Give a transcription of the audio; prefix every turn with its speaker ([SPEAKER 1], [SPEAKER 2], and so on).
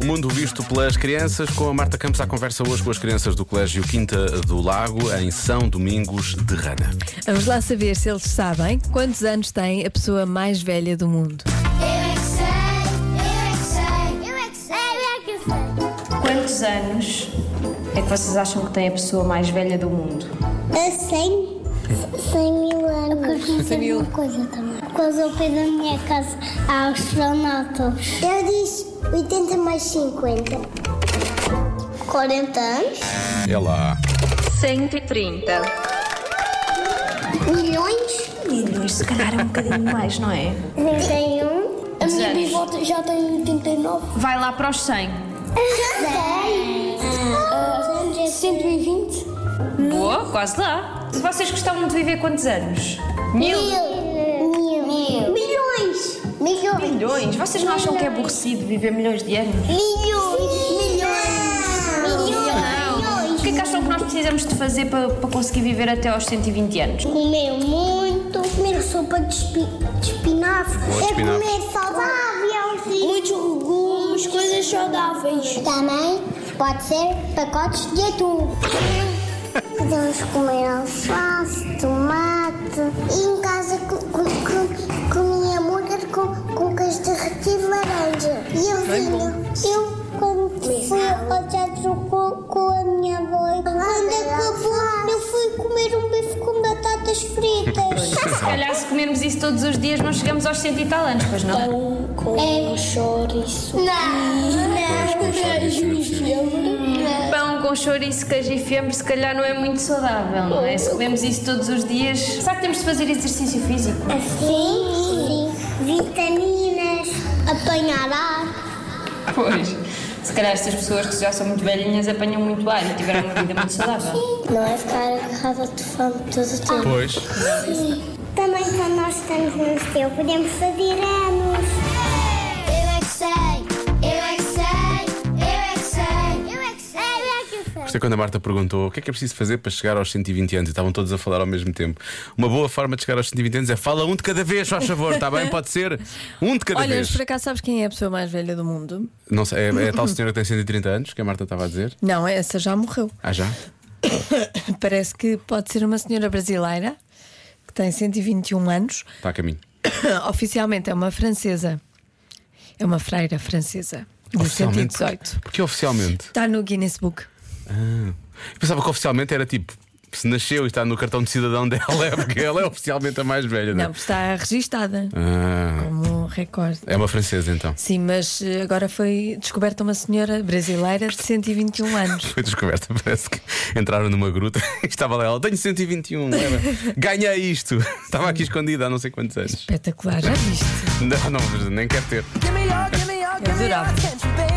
[SPEAKER 1] O mundo visto pelas crianças, com a Marta Campos à conversa hoje com as crianças do Colégio Quinta do Lago, em São Domingos de Rana.
[SPEAKER 2] Vamos lá saber se eles sabem quantos anos tem a pessoa mais velha do mundo.
[SPEAKER 3] Eu é que sei, eu é que sei, eu é que sei, eu é que sei.
[SPEAKER 4] Quantos anos é que vocês acham que tem a pessoa mais velha do mundo?
[SPEAKER 3] A 100? 100 mil anos. Eu quero dizer uma coisa também. Quase ao pé da minha casa, há astronautas. Eu disse 80 mais 50. 40 anos?
[SPEAKER 1] É lá.
[SPEAKER 5] 130.
[SPEAKER 3] Milhões?
[SPEAKER 4] Milhões, se calhar é um bocadinho mais, não é?
[SPEAKER 3] 91? A
[SPEAKER 4] minha Anos.
[SPEAKER 3] bivota já tem 89.
[SPEAKER 4] Vai lá para os 100.
[SPEAKER 3] Sei. 120?
[SPEAKER 4] Boa, quase lá. Se vocês gostavam de viver quantos anos?
[SPEAKER 3] Mil. Mil. Milhões. Milhões.
[SPEAKER 4] Milhões. Vocês não acham que é aborrecido viver milhões de anos?
[SPEAKER 3] Milhões. Milhões.
[SPEAKER 4] O que é que acham que nós precisamos de fazer para, para conseguir viver até aos 120 anos?
[SPEAKER 3] Comer muito. Comer sopa de, espi de espinafre.
[SPEAKER 1] Boa, espinafre.
[SPEAKER 3] saudável. Muitos legumes, coisas saudáveis. Também pode ser pacotes de atum. Podemos comer alface, tomate. E em casa co- co- co- comia hambúrguer com, com queijo derretido e laranja. E eu vinho. Eu, quando fui ao teatro com, com a minha avó, quando acabou, eu fui comer um bife com batatas fritas.
[SPEAKER 4] Se calhar se comermos isso todos os dias não chegamos aos 100 e tal anos, pois não?
[SPEAKER 3] É chouriço. Não, não. Queijo e fiambre.
[SPEAKER 4] Pão com chouriço, queijo e fiambre se calhar não é muito saudável, não é? Se comemos isso todos os dias... Será que temos de fazer exercício físico?
[SPEAKER 3] Assim, vitaminas. Apanhar ar.
[SPEAKER 4] Pois. Se calhar estas pessoas que já são muito velhinhas apanham muito ar e tiveram uma vida muito saudável.
[SPEAKER 3] Não é ficar agarrado de fome todo o tempo.
[SPEAKER 1] Pois.
[SPEAKER 3] Também quando nós estamos no museu podemos fazer anos. Eu é que sei, eu é que sei, eu é que sei, eu é que sei, eu é que sei.
[SPEAKER 1] Gostei quando a Marta perguntou o que é que é preciso fazer para chegar aos 120 anos e estavam todos a falar ao mesmo tempo. Uma boa forma de chegar aos 120 anos é fala um de cada vez, faz favor, está bem? Pode ser um de cada
[SPEAKER 2] Olha, mas
[SPEAKER 1] vez.
[SPEAKER 2] por acaso sabes quem é a pessoa mais velha do mundo?
[SPEAKER 1] Não sei, é, é a tal senhora que tem 130 anos, que a Marta estava a dizer.
[SPEAKER 2] Não, essa já morreu.
[SPEAKER 1] Ah, já?
[SPEAKER 2] Parece que pode ser uma senhora brasileira que tem 121 anos.
[SPEAKER 1] Está a caminho.
[SPEAKER 2] Oficialmente é uma francesa. É uma freira francesa. De 118.
[SPEAKER 1] Porque oficialmente?
[SPEAKER 2] Está no Guinness Book.
[SPEAKER 1] Eu pensava que oficialmente era tipo, se nasceu e está no cartão de cidadão dela, é porque ela é oficialmente a mais velha, não é?
[SPEAKER 2] Não, está registada
[SPEAKER 1] Ah,
[SPEAKER 2] como um recorde.
[SPEAKER 1] é uma francesa então.
[SPEAKER 2] Sim, mas eh, agora foi descoberta uma senhora brasileira de 121 anos.
[SPEAKER 1] Foi descoberta, parece que entraram numa gruta e estava lá ela. Tenho 121, leva. ganhei isto. Estava aqui escondida há não sei quantos anos.
[SPEAKER 2] Espetacular, já viste?
[SPEAKER 1] Não, não, nem quero ter.
[SPEAKER 6] Give me your, give me your, give me your
[SPEAKER 2] Adorava.
[SPEAKER 6] attention, baby.